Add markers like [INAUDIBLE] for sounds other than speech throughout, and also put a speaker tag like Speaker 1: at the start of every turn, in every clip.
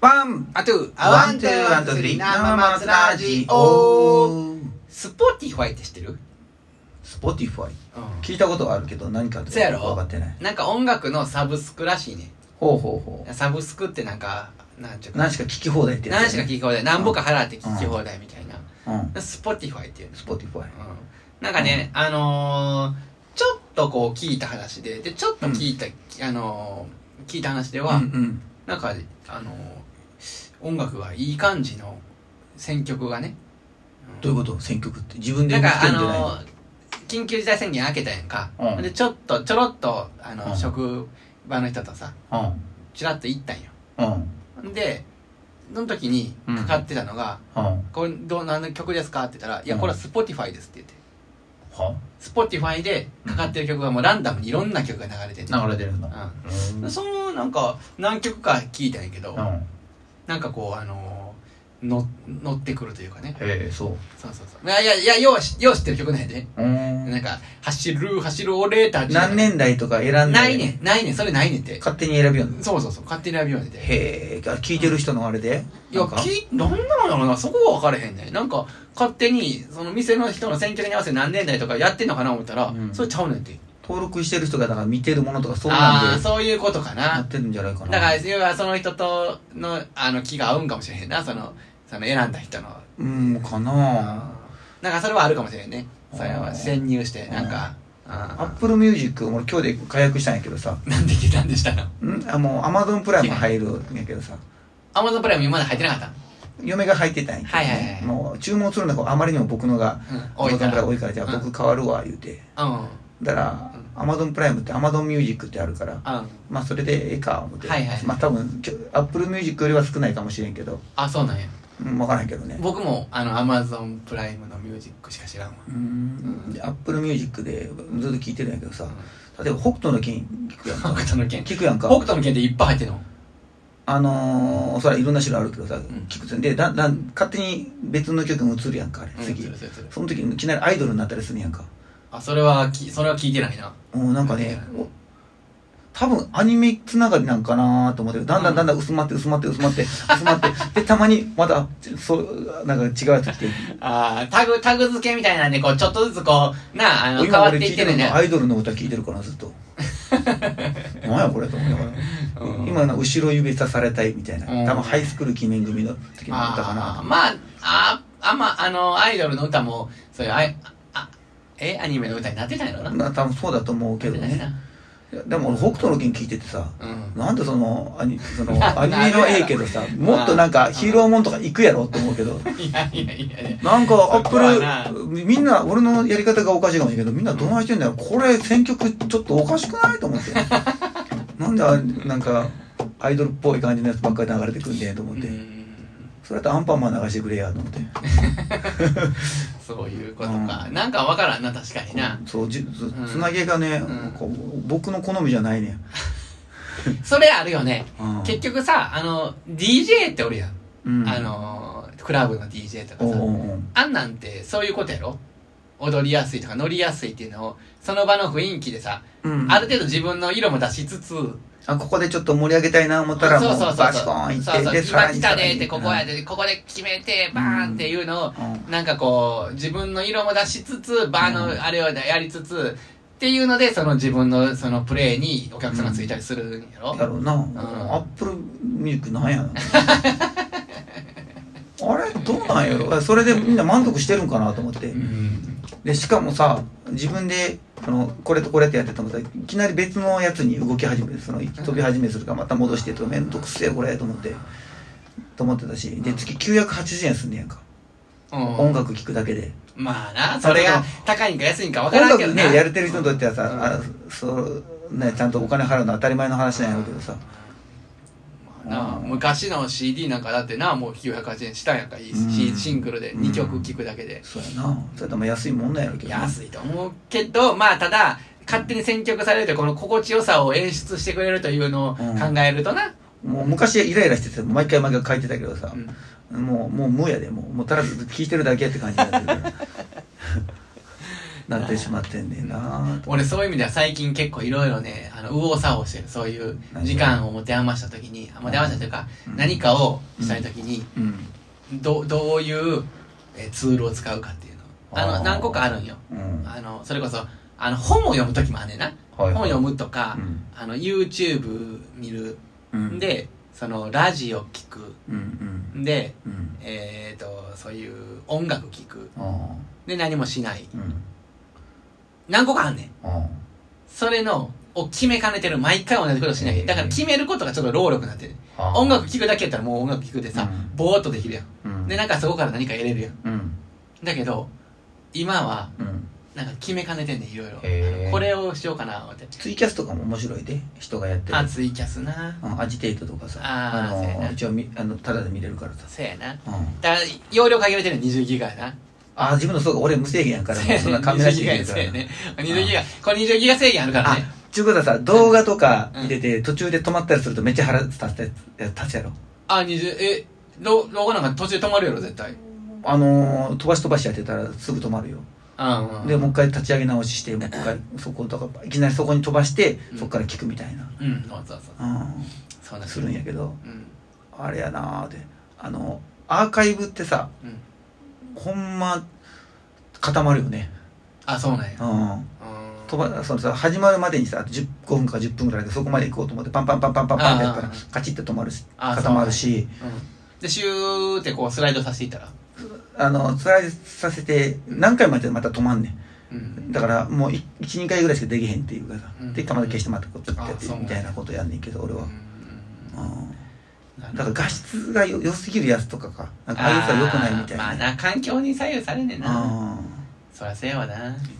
Speaker 1: ワン、アトゥー、
Speaker 2: あワンツーワンツースリー生松ラジオ
Speaker 1: スポティファイって知ってる
Speaker 2: Spotify
Speaker 1: う
Speaker 2: 聞いたことはあるけど何かと
Speaker 1: ん。そやろ
Speaker 2: 分かってない
Speaker 1: なんか音楽のサブスクらしいね。
Speaker 2: ほうほうほ
Speaker 1: サブスクってなんか、なんちゅう
Speaker 2: う
Speaker 1: か。
Speaker 2: 何しか聞き放題ってや
Speaker 1: 何
Speaker 2: つ
Speaker 1: し
Speaker 2: や
Speaker 1: か聞
Speaker 2: ね
Speaker 1: き放題。何ぼか払って聞き放題みたいな。
Speaker 2: うん
Speaker 1: スポティファイっていうの。
Speaker 2: Spotify
Speaker 1: うんなんかね、あのー、ちょっとこう聞いた話で、で、ちょっと聞いた、あのー、聞いた話では、
Speaker 2: うんうん
Speaker 1: なんか、あのー、音楽がいい感じの選曲がね、うん
Speaker 2: どういうこと選曲って自分で
Speaker 1: なん
Speaker 2: 作っ
Speaker 1: か
Speaker 2: てるん
Speaker 1: あ
Speaker 2: じゃないの
Speaker 1: の緊急事態宣言開けたやんか、
Speaker 2: うん
Speaker 1: でちょっとちょろっとあの、
Speaker 2: うん
Speaker 1: 職場の人とさちらっと行ったんよ
Speaker 2: うんうん
Speaker 1: でその時にかかってたのが
Speaker 2: うん
Speaker 1: 「これどう何の曲ですか?」って言ったら「いや
Speaker 2: うん
Speaker 1: これは Spotify です」って言って
Speaker 2: は
Speaker 1: Spotify でかかってる曲がもうランダムにいろんな曲が流れてて、
Speaker 2: 流れてるんだ
Speaker 1: う
Speaker 2: うんん
Speaker 1: でそのなんか何曲か聞いたんやけど、
Speaker 2: うん
Speaker 1: なんかこうあのの乗ってくるというかね
Speaker 2: へえそ
Speaker 1: そうそうそういやいやいやようしよう知ってる曲なんやで
Speaker 2: ううん
Speaker 1: なんか、走る、走る、俺たち。
Speaker 2: 何年代とか選んで
Speaker 1: ないねん、ないねん、それないねんって。
Speaker 2: 勝手に選びよんの
Speaker 1: そうそうそう、勝手に選びようねんて。
Speaker 2: へえ聞いてる人のあれで
Speaker 1: いや、
Speaker 2: なんか
Speaker 1: き、なんなのやろな、そこが分からへんねん。なんか、勝手に、その店の人の選曲に合わせて何年代とかやってんのかな思ったら、
Speaker 2: うん
Speaker 1: それちゃうねんって。
Speaker 2: 登録してる人がだから見てるものとかそう
Speaker 1: ああ
Speaker 2: な
Speaker 1: ー、
Speaker 2: んで
Speaker 1: そういうことか
Speaker 2: なっ
Speaker 1: な。
Speaker 2: てるんじゃないかな
Speaker 1: だから、要はその人との、あの、気が合うんかもしれへんな、その、その選んだ人の。
Speaker 2: うんかな
Speaker 1: なんか、それはあるかもしれんね。それ
Speaker 2: あ
Speaker 1: は
Speaker 2: ー
Speaker 1: 潜入して、なんか、あ
Speaker 2: アップルミュージック俺今日で解約したんやけどさ
Speaker 1: ーなんで来たんでしたの
Speaker 2: んあもうアマゾンプライム入るんやけどさ
Speaker 1: アマゾンプライム今まで入ってなかった
Speaker 2: 嫁が入ってたんやけど、ね
Speaker 1: はいはいはい
Speaker 2: もう注文するのがあまりにも僕のが
Speaker 1: うん、
Speaker 2: アマ
Speaker 1: 多い
Speaker 2: ゾ
Speaker 1: か
Speaker 2: ンプライ
Speaker 1: ら。
Speaker 2: ム多いからじゃあ
Speaker 1: う
Speaker 2: 僕変わるわ言うて
Speaker 1: うん。
Speaker 2: だからアマゾンプライムってアマゾンミュージックってあるから
Speaker 1: あ
Speaker 2: まあそれでええか思って、
Speaker 1: はいはい
Speaker 2: まあ多分きょアップルミュージックよりは少ないかもしれんけど、
Speaker 1: あそうなんや
Speaker 2: うん、分からんけどね
Speaker 1: 僕もあのアマゾンプライムのミュージックしか知らんわ
Speaker 2: [LAUGHS] うんでアップルミュージックでずっと聴いてるんやけどさ
Speaker 1: う
Speaker 2: 例えば北斗の拳聞くやん
Speaker 1: 北
Speaker 2: か
Speaker 1: 斗の拳
Speaker 2: 聞くやん
Speaker 1: 北
Speaker 2: か
Speaker 1: 斗の拳っていっぱい入ってんの
Speaker 2: あのー、そらいろんな種類あるけどさ、
Speaker 1: ん
Speaker 2: 聞くつでだだ勝手に別の曲に移るやんかあれ
Speaker 1: うん
Speaker 2: 次、
Speaker 1: それそれそれ
Speaker 2: その時にいきなりアイドルになったりするやんか
Speaker 1: あそれはきそれは聞いてないな
Speaker 2: もうなんかね
Speaker 1: うん
Speaker 2: お多分アニメつながりなんかなと思ってだんだんだんだん薄まって薄まって薄まって薄まってでたまにまたそうなんか違うやつ来て
Speaker 1: あータグタグ付けみたいなんでこうちょっとずつこうなああの変
Speaker 2: 今
Speaker 1: わっ
Speaker 2: 俺
Speaker 1: て
Speaker 2: 聞
Speaker 1: い
Speaker 2: い
Speaker 1: ってて
Speaker 2: る
Speaker 1: る
Speaker 2: の
Speaker 1: ね
Speaker 2: アイドルの歌聞いてるからずっ
Speaker 1: [LAUGHS]
Speaker 2: と何やこれと思いながら
Speaker 1: うん
Speaker 2: 今の後ろ指さされたいみたいな
Speaker 1: うん
Speaker 2: 多分ハイスクール記念組の時の歌か
Speaker 1: あ
Speaker 2: な
Speaker 1: ーまあああんまあのアイドルの歌もそういうあいあえアニメの歌になってたんやろな
Speaker 2: まあ多分そうだと思うけど
Speaker 1: なってた
Speaker 2: ね
Speaker 1: な
Speaker 2: でも俺北斗の拳聞いててさ
Speaker 1: うん
Speaker 2: なんでそのアニ
Speaker 1: [LAUGHS]
Speaker 2: その
Speaker 1: な
Speaker 2: アニメはええけどさもっとなんかヒーローもんとか行くやろって思うけど
Speaker 1: いやいやいやいや
Speaker 2: なんかア
Speaker 1: そこ
Speaker 2: ッ
Speaker 1: は
Speaker 2: プルみんな俺のやり方がおかしいかもしれないけどみんなどないしてんだよこれ選曲ちょっとおかしくないと思って [LAUGHS] なんであなんかアイドルっぽい感じのやつばっかり流れてくんねんと思
Speaker 1: う
Speaker 2: って
Speaker 1: ん
Speaker 2: それだとアンパンマン流してくれやと思って
Speaker 1: そういうことか、なんかわからんな確かにな、
Speaker 2: そうじゅつ
Speaker 1: うん
Speaker 2: つなげがね、
Speaker 1: うん
Speaker 2: こう僕の好みじゃないねん、
Speaker 1: それあるよね
Speaker 2: うん
Speaker 1: 結局さあの DJ っておるやん、
Speaker 2: うん
Speaker 1: あのクラブの DJ と
Speaker 2: お
Speaker 1: か
Speaker 2: うお
Speaker 1: さ
Speaker 2: うおう
Speaker 1: あんなんてそういうことやろ踊りやすいとか乗りやすいっていうのをその場の雰囲気でさ、
Speaker 2: うん
Speaker 1: ある程度自分の色も出しつつ、
Speaker 2: あここでちょっと盛り上げたいな思ったらもうバシコーン行
Speaker 1: そう
Speaker 2: って
Speaker 1: そう
Speaker 2: でさ
Speaker 1: 今
Speaker 2: ら
Speaker 1: 来
Speaker 2: に
Speaker 1: た
Speaker 2: さ
Speaker 1: で
Speaker 2: ら
Speaker 1: っ
Speaker 2: に
Speaker 1: てここやでここで決めてバーンっていうのを、
Speaker 2: うん
Speaker 1: なんかこう自分の色も出しつつバー
Speaker 2: うん
Speaker 1: のあれをやりつつ、っていうのでその自分のそのプレーにお客さんがついたりするんやろ、
Speaker 2: やろうな、アップルミルクなん
Speaker 1: [LAUGHS]
Speaker 2: やあれどうなんやろそれでみんな満足してるんかなと思って
Speaker 1: うん
Speaker 2: でしかもさ自分でこのこれとこれってやっててもさいきなり別のやつに動き始めるその飛び始めするからまた戻してとめんどくせえこれと思ってと思ってたしで月980円すんねやんか
Speaker 1: うん
Speaker 2: 音楽聴くだけで
Speaker 1: まあなそれが高いんか安いんか分か
Speaker 2: 音
Speaker 1: らんけ
Speaker 2: 楽
Speaker 1: どな
Speaker 2: ねやれてる人にとっては
Speaker 1: うん
Speaker 2: さあそうねちゃんとお金払うの当たり前の話なんやろうけどさ
Speaker 1: なあ
Speaker 2: うん
Speaker 1: 昔の CD なんかだってなもう980円したんやんかいい、
Speaker 2: うん
Speaker 1: シシングルで
Speaker 2: うん
Speaker 1: 2曲聴くだけで、
Speaker 2: そうやなそれとも安いもんなんやろうけどな
Speaker 1: 安いと思うけどまあただ勝手に選曲されるとこの心地よさを演出してくれるというのを考えるとな、
Speaker 2: もう昔イライラしてて毎回毎回書いてたけどさ
Speaker 1: う、ん [LAUGHS]
Speaker 2: もうもう無やでもうもうただ聞いてるだけって感じになってるからなってしまってんねんな
Speaker 1: 俺そういう意味では最近結構いろいろねあの右往左往してるそういう時間を持て余した時にあ持て余したというか、
Speaker 2: うん
Speaker 1: [LAUGHS] 何かをしたい時に、
Speaker 2: うん
Speaker 1: どどういうえーツールを使うかっていうのあ
Speaker 2: あー
Speaker 1: の何個かあるんよ
Speaker 2: うん
Speaker 1: あのそれこそあの本を読む時もあんねんな、
Speaker 2: はい
Speaker 1: 本を読むとか、
Speaker 2: うん
Speaker 1: あの YouTube 見る、
Speaker 2: うん
Speaker 1: でそのラジオ聞く
Speaker 2: うんうん
Speaker 1: で
Speaker 2: うん
Speaker 1: えっ、とそういう音楽聞く
Speaker 2: ああ
Speaker 1: で何もしない
Speaker 2: うん
Speaker 1: 何個かあんねん
Speaker 2: あ
Speaker 1: それのを決めかねてる毎回同じことしな
Speaker 2: え
Speaker 1: い
Speaker 2: ー
Speaker 1: だから決めることがちょっと労力になってる
Speaker 2: あ
Speaker 1: 音楽聴くだけやったらもう音楽聴くでさ、
Speaker 2: うん
Speaker 1: ぼーっとできるやん
Speaker 2: うん
Speaker 1: でなんかそこから何か得れるやん
Speaker 2: うん
Speaker 1: だけど今は
Speaker 2: うん
Speaker 1: なんか決めかねてんねんいろいろ
Speaker 2: へー
Speaker 1: これをしようかな思って
Speaker 2: ツイキャスとかも面白いで人がやってる
Speaker 1: あツイキャスな
Speaker 2: うんアジテイトとかさ
Speaker 1: あーそうや
Speaker 2: の
Speaker 1: な
Speaker 2: 一応みあのタダで見れるからさ
Speaker 1: そうやな
Speaker 2: うん
Speaker 1: だから容量限られてるの20ギガやな
Speaker 2: あー自分のそうか俺無制限やからもうそんな紙出
Speaker 1: 20
Speaker 2: し
Speaker 1: ギ
Speaker 2: で
Speaker 1: ガ
Speaker 2: きるか
Speaker 1: や [LAUGHS] そう
Speaker 2: ら
Speaker 1: や
Speaker 2: な
Speaker 1: ね20ギガこれ20ギガ制限あるから
Speaker 2: あ
Speaker 1: ね
Speaker 2: ちゅうことはさ動画とか入れて途中で止まったりするとめっちゃ腹立つやつ立つやろ
Speaker 1: あ20え動動画なんか途中で止まるやろ絶対
Speaker 2: あのー飛ばし飛ばしやってたらすぐ止まるよ
Speaker 1: うんうん
Speaker 2: でもう一回立ち上げ直ししてもう一回そことかいきなりそこに飛ばして
Speaker 1: うん
Speaker 2: そこから聞くみたいな
Speaker 1: うんそうそうそう
Speaker 2: う
Speaker 1: そうんな
Speaker 2: するんやけど
Speaker 1: うん
Speaker 2: あれやなーってあのアーカイブってさ
Speaker 1: うん
Speaker 2: ほんま固まるよね
Speaker 1: あそうなんや
Speaker 2: うん
Speaker 1: うん
Speaker 2: 飛ばそのさ始まるまでにさあと10 5分か10分ぐらいでそこまで行こうと思ってパンパンパンパンパンパンってやった
Speaker 1: あ
Speaker 2: ら
Speaker 1: ー
Speaker 2: カチッと止まるし
Speaker 1: あー
Speaker 2: 固まるし
Speaker 1: うんでシューってこうスライドさせていったら
Speaker 2: あのスライドさせて何回もやってまた止まんね
Speaker 1: うん
Speaker 2: んだからもう12回ぐらいしかできへんっていうから
Speaker 1: うん
Speaker 2: でたまた消してまたこうやってやって
Speaker 1: あーそう
Speaker 2: みたいなことやんねんけど俺は
Speaker 1: う
Speaker 2: うんん
Speaker 1: なるほ
Speaker 2: だ
Speaker 1: ど
Speaker 2: から画質がよ良すぎるやつとかかなんかああいうやつは良くないみたい
Speaker 1: あー
Speaker 2: な,、
Speaker 1: まあな環境に左右されんねんな
Speaker 2: うん
Speaker 1: そらせやわな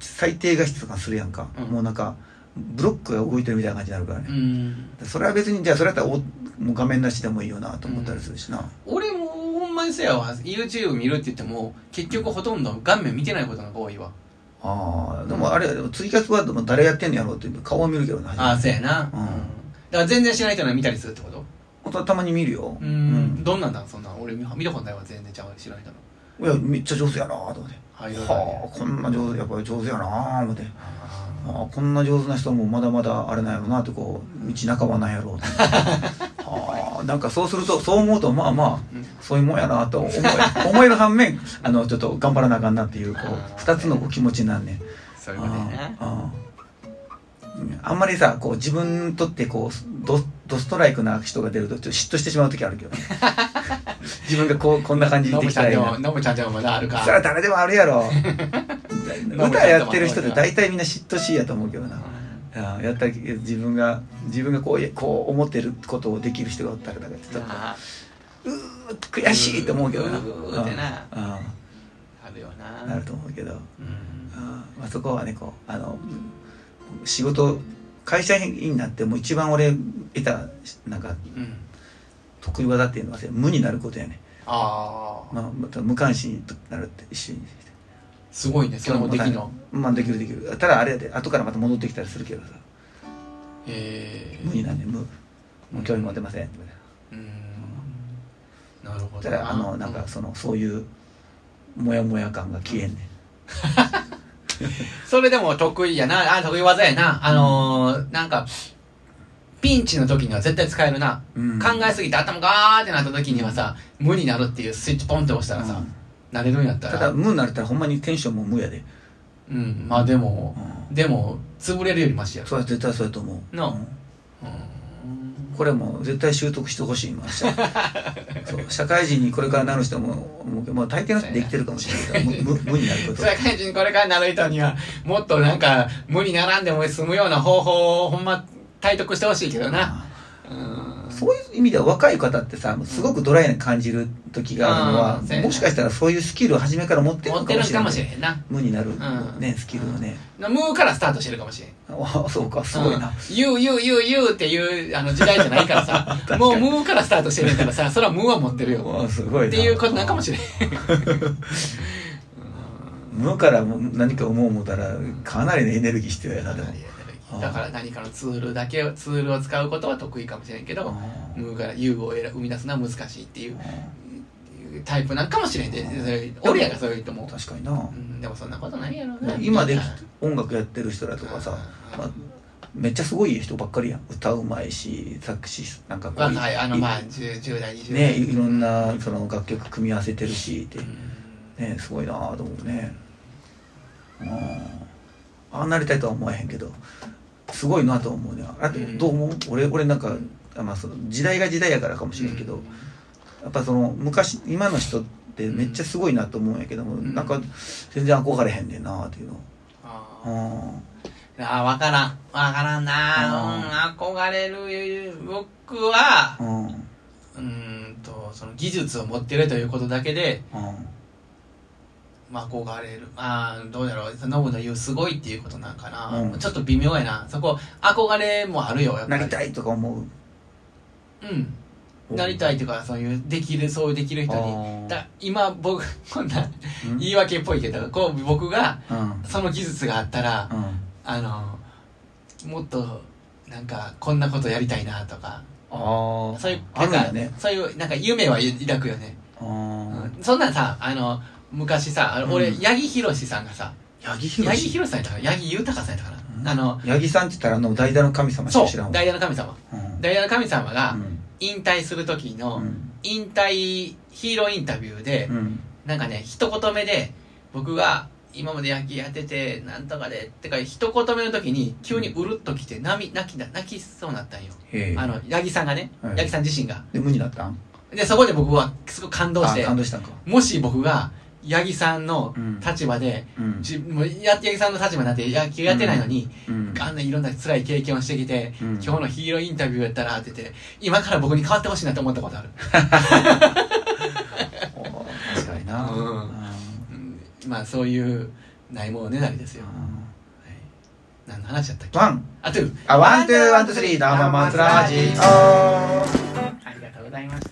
Speaker 2: 最低画質とかするやんか、
Speaker 1: うん
Speaker 2: もうなんかブロックが動いてるみたいな感じになるからね
Speaker 1: う、ん
Speaker 2: それは別にじゃあそれやったらおもう画面なしでもいいよなと思ったりするしな、
Speaker 1: 俺もほんまにせやわ YouTube 見るって言っても結局ほとんど顔面見てないことの方が多いわ
Speaker 2: ああでもあれやでもツイキャスワードも誰やってんのやろうっていう顔を見るけどな
Speaker 1: ああそうやな
Speaker 2: う
Speaker 1: うんんだから全然知らない人の見たりするってこと
Speaker 2: 本当はたまに見るよ
Speaker 1: うんどんなんだそんなん俺見見たことないわ全然ちゃう知らない人の
Speaker 2: うんいやめっちゃ上手やなと思って
Speaker 1: ああいろいろあるね
Speaker 2: はあこんな上手やっぱり上手やな思って
Speaker 1: あ
Speaker 2: あーこんな上手な人もまだまだあれなんやろうなってこう道半ばなんやろうっ
Speaker 1: [LAUGHS]
Speaker 2: てあーなんかそうするとそう思うとまあま
Speaker 1: うん
Speaker 2: あそういうもんやなと思い思える反面あのちょっと頑張らなあかんなっていうこう
Speaker 1: あー
Speaker 2: 2つのこう気持ちになんねん
Speaker 1: ーそういうこと
Speaker 2: あ
Speaker 1: やな
Speaker 2: あうんあんまりさこう自分にとってこうドドストライクな人が出るとちょっと嫉妬してしまう時あるけどね
Speaker 1: [LAUGHS]
Speaker 2: 自分がこうこんな感じで
Speaker 1: ノ
Speaker 2: で
Speaker 1: ブ
Speaker 2: き
Speaker 1: ち
Speaker 2: た
Speaker 1: ゃ
Speaker 2: らい
Speaker 1: ん
Speaker 2: い
Speaker 1: で
Speaker 2: な
Speaker 1: もノブちゃんでもまだあるか
Speaker 2: それは誰でもあるや
Speaker 1: [LAUGHS]
Speaker 2: ろ歌やってる人って大体みんな嫉妬しいやと思うけどな
Speaker 1: う
Speaker 2: ああやったら自分が自分がこうこう思ってることをできる人がおったらだからちょっ
Speaker 1: んあ
Speaker 2: と悔しいと思うけどな
Speaker 1: うーってな
Speaker 2: あ
Speaker 1: ああるよ
Speaker 2: あ
Speaker 1: な
Speaker 2: なると思うけど
Speaker 1: うん
Speaker 2: あーまあ、そこはねこうあの仕事会社員になってもう一番俺得たなんか
Speaker 1: うん
Speaker 2: 得意技っていうのはね無になることやね、
Speaker 1: ああ
Speaker 2: まあ、また無関心となるって一緒にして
Speaker 1: すごいねそれもできんの
Speaker 2: まあできるできるただあれやで後からまた戻ってきたりするけどさ
Speaker 1: へえ
Speaker 2: 無になんね無もう興味持てませんみたいな
Speaker 1: うんなるほ
Speaker 2: た
Speaker 1: ど
Speaker 2: だあのなん
Speaker 1: う
Speaker 2: かそのそういうモヤモヤ感が消えんね、
Speaker 1: それでも得意やなあ得意技やなあのー、なんかピンチの時には絶対使えるな、
Speaker 2: うん
Speaker 1: 考えすぎて頭ガーってなった時にはさ無になるっていうスイッチポンって押したらさ、
Speaker 2: うん
Speaker 1: 慣れるんやった
Speaker 2: た
Speaker 1: ら
Speaker 2: だ無になれたらほんまにテンションも無やで、
Speaker 1: うんまあでも
Speaker 2: う、ん
Speaker 1: でも潰れるよりマシや
Speaker 2: そうや絶対そうやと思う
Speaker 1: なあ
Speaker 2: うん
Speaker 1: うん
Speaker 2: これもう絶対習得してほしい今
Speaker 1: [LAUGHS]
Speaker 2: 社そう社会人にこれからなる人ももうもう大抵の人できてるかもしれないけど無 [LAUGHS] 無無になること
Speaker 1: 社会人これからなる人にはもっとなんか無にならんでも済むような方法をほんま体得してほしいけどな
Speaker 2: あ
Speaker 1: うん
Speaker 2: ーそういう意味では若い方ってさすごくドライな感じる時があるのは、
Speaker 1: うんそうやな
Speaker 2: もしかしたらそういうスキルを初めから持ってる
Speaker 1: 持
Speaker 2: の
Speaker 1: っ
Speaker 2: か
Speaker 1: てる
Speaker 2: も
Speaker 1: ん
Speaker 2: しれ
Speaker 1: か
Speaker 2: な
Speaker 1: も
Speaker 2: い、
Speaker 1: しれへんな
Speaker 2: 無になる、
Speaker 1: ん
Speaker 2: ねスキルをね、
Speaker 1: 無からスタートしてるかもしれん
Speaker 2: あそうかすごいな、
Speaker 1: うん。言う、言う、言う、言うっていう、あの、時代じゃないか
Speaker 2: [LAUGHS]
Speaker 1: らさ、もう無からスタートしてるからさ、それは無は持ってるよ。
Speaker 2: わあすごいな
Speaker 1: っていうことなんかもしれん。
Speaker 2: 無からも何か思う思ったらかなりのエネルギー必要やなでも
Speaker 1: [LAUGHS] だから何かのツールだけを、ツールを使うことは得意かもしれんけど、
Speaker 2: あー
Speaker 1: 無から U を選生み出すのは難しいっていう、タイプなんかもしれんで、
Speaker 2: うん
Speaker 1: それおるやんかそういう人も、
Speaker 2: 確かにな
Speaker 1: う、ん、でもそんなことないやろな
Speaker 2: 今でき
Speaker 1: みんな
Speaker 2: 音楽やってる人らとかさ、
Speaker 1: うん
Speaker 2: まあ、めっちゃすごい人ばっかりやん歌うまいし作詞しなんかこうい
Speaker 1: 若いあのまあ 10, 10代20代
Speaker 2: ねいろんなその楽曲組み合わせてるしって
Speaker 1: うん、
Speaker 2: ねすごいなぁと思うねうんああなりたいとは思えへんけどすごいなとは思うねあれ
Speaker 1: うん
Speaker 2: どう思う俺俺なんか、まあ、その時代が時代やからかもしれんけど、やっぱその昔今の人ってめっちゃすごいなと思うんやけども、
Speaker 1: ん
Speaker 2: なんか全然憧れへんねんなっていうの
Speaker 1: あー
Speaker 2: うん
Speaker 1: あー分からん分からんな
Speaker 2: あ
Speaker 1: うん憧れる僕は
Speaker 2: うんうん
Speaker 1: うーんとその技術を持ってるということだけで、まあ、憧れるまあどうだろうノブの言うすごいっていうことなんかな、
Speaker 2: うん
Speaker 1: ちょっと微妙やなそこ憧れもあるよやっぱ
Speaker 2: な
Speaker 1: り
Speaker 2: りたいとか思
Speaker 1: うん
Speaker 2: う
Speaker 1: なりたいっていうかそういうできるそういうできる人に
Speaker 2: に
Speaker 1: だ今僕こんな
Speaker 2: うん
Speaker 1: 言い訳っぽいけどこう僕が
Speaker 2: うんうん
Speaker 1: その技術があったらあのもっとなんかこんなことやりたいなとか
Speaker 2: ああ
Speaker 1: そういう
Speaker 2: あ
Speaker 1: な
Speaker 2: る
Speaker 1: ん
Speaker 2: ん
Speaker 1: か
Speaker 2: やね
Speaker 1: そういうなんか夢は抱くよね、
Speaker 2: あ
Speaker 1: うん
Speaker 2: ー
Speaker 1: そんなんさあの昔さあの俺、
Speaker 2: うん
Speaker 1: 八木ひろしさんがさ
Speaker 2: 八木ひろ
Speaker 1: 八木
Speaker 2: し
Speaker 1: ひろしさんやったかな八木豊さんやったか
Speaker 2: うん
Speaker 1: な、あの
Speaker 2: 八木さんって言ったらあの代打の神様し
Speaker 1: そ
Speaker 2: か知らん
Speaker 1: う
Speaker 2: わ
Speaker 1: 代打の神様
Speaker 2: うん
Speaker 1: 代打の神様が
Speaker 2: うん
Speaker 1: 引退する時の、
Speaker 2: うん
Speaker 1: 引退ヒーローインタビューで、
Speaker 2: うん
Speaker 1: なんかね一言目で僕が今まで野球やっててなんとかでってか一言目の時に急にうるっときて泣泣きだ泣きそうになったんよ
Speaker 2: へえ
Speaker 1: あの八木さんがね、
Speaker 2: はい
Speaker 1: 八木さん自身が
Speaker 2: で無になったん
Speaker 1: でそこで僕はすごい感動し
Speaker 2: あ
Speaker 1: て
Speaker 2: 感動したんか
Speaker 1: もし僕が八木さんの
Speaker 2: うん
Speaker 1: 立場で、
Speaker 2: うん
Speaker 1: 自もうや八木さんの立場になって野球やってないのに、
Speaker 2: うん
Speaker 1: あんないろんな辛い経験をしてきて、
Speaker 2: うん
Speaker 1: 今日のヒーローインタビューやったらって言って今から僕に変わってほしいなと思ったことある、
Speaker 2: おー確かにな
Speaker 1: うんうんまあそういうないものねだりですよ、はい、何の話だったっけ
Speaker 2: ワン
Speaker 1: あと
Speaker 2: あワンツーワンツースリーどうも松ラジオ
Speaker 1: ありがとうございました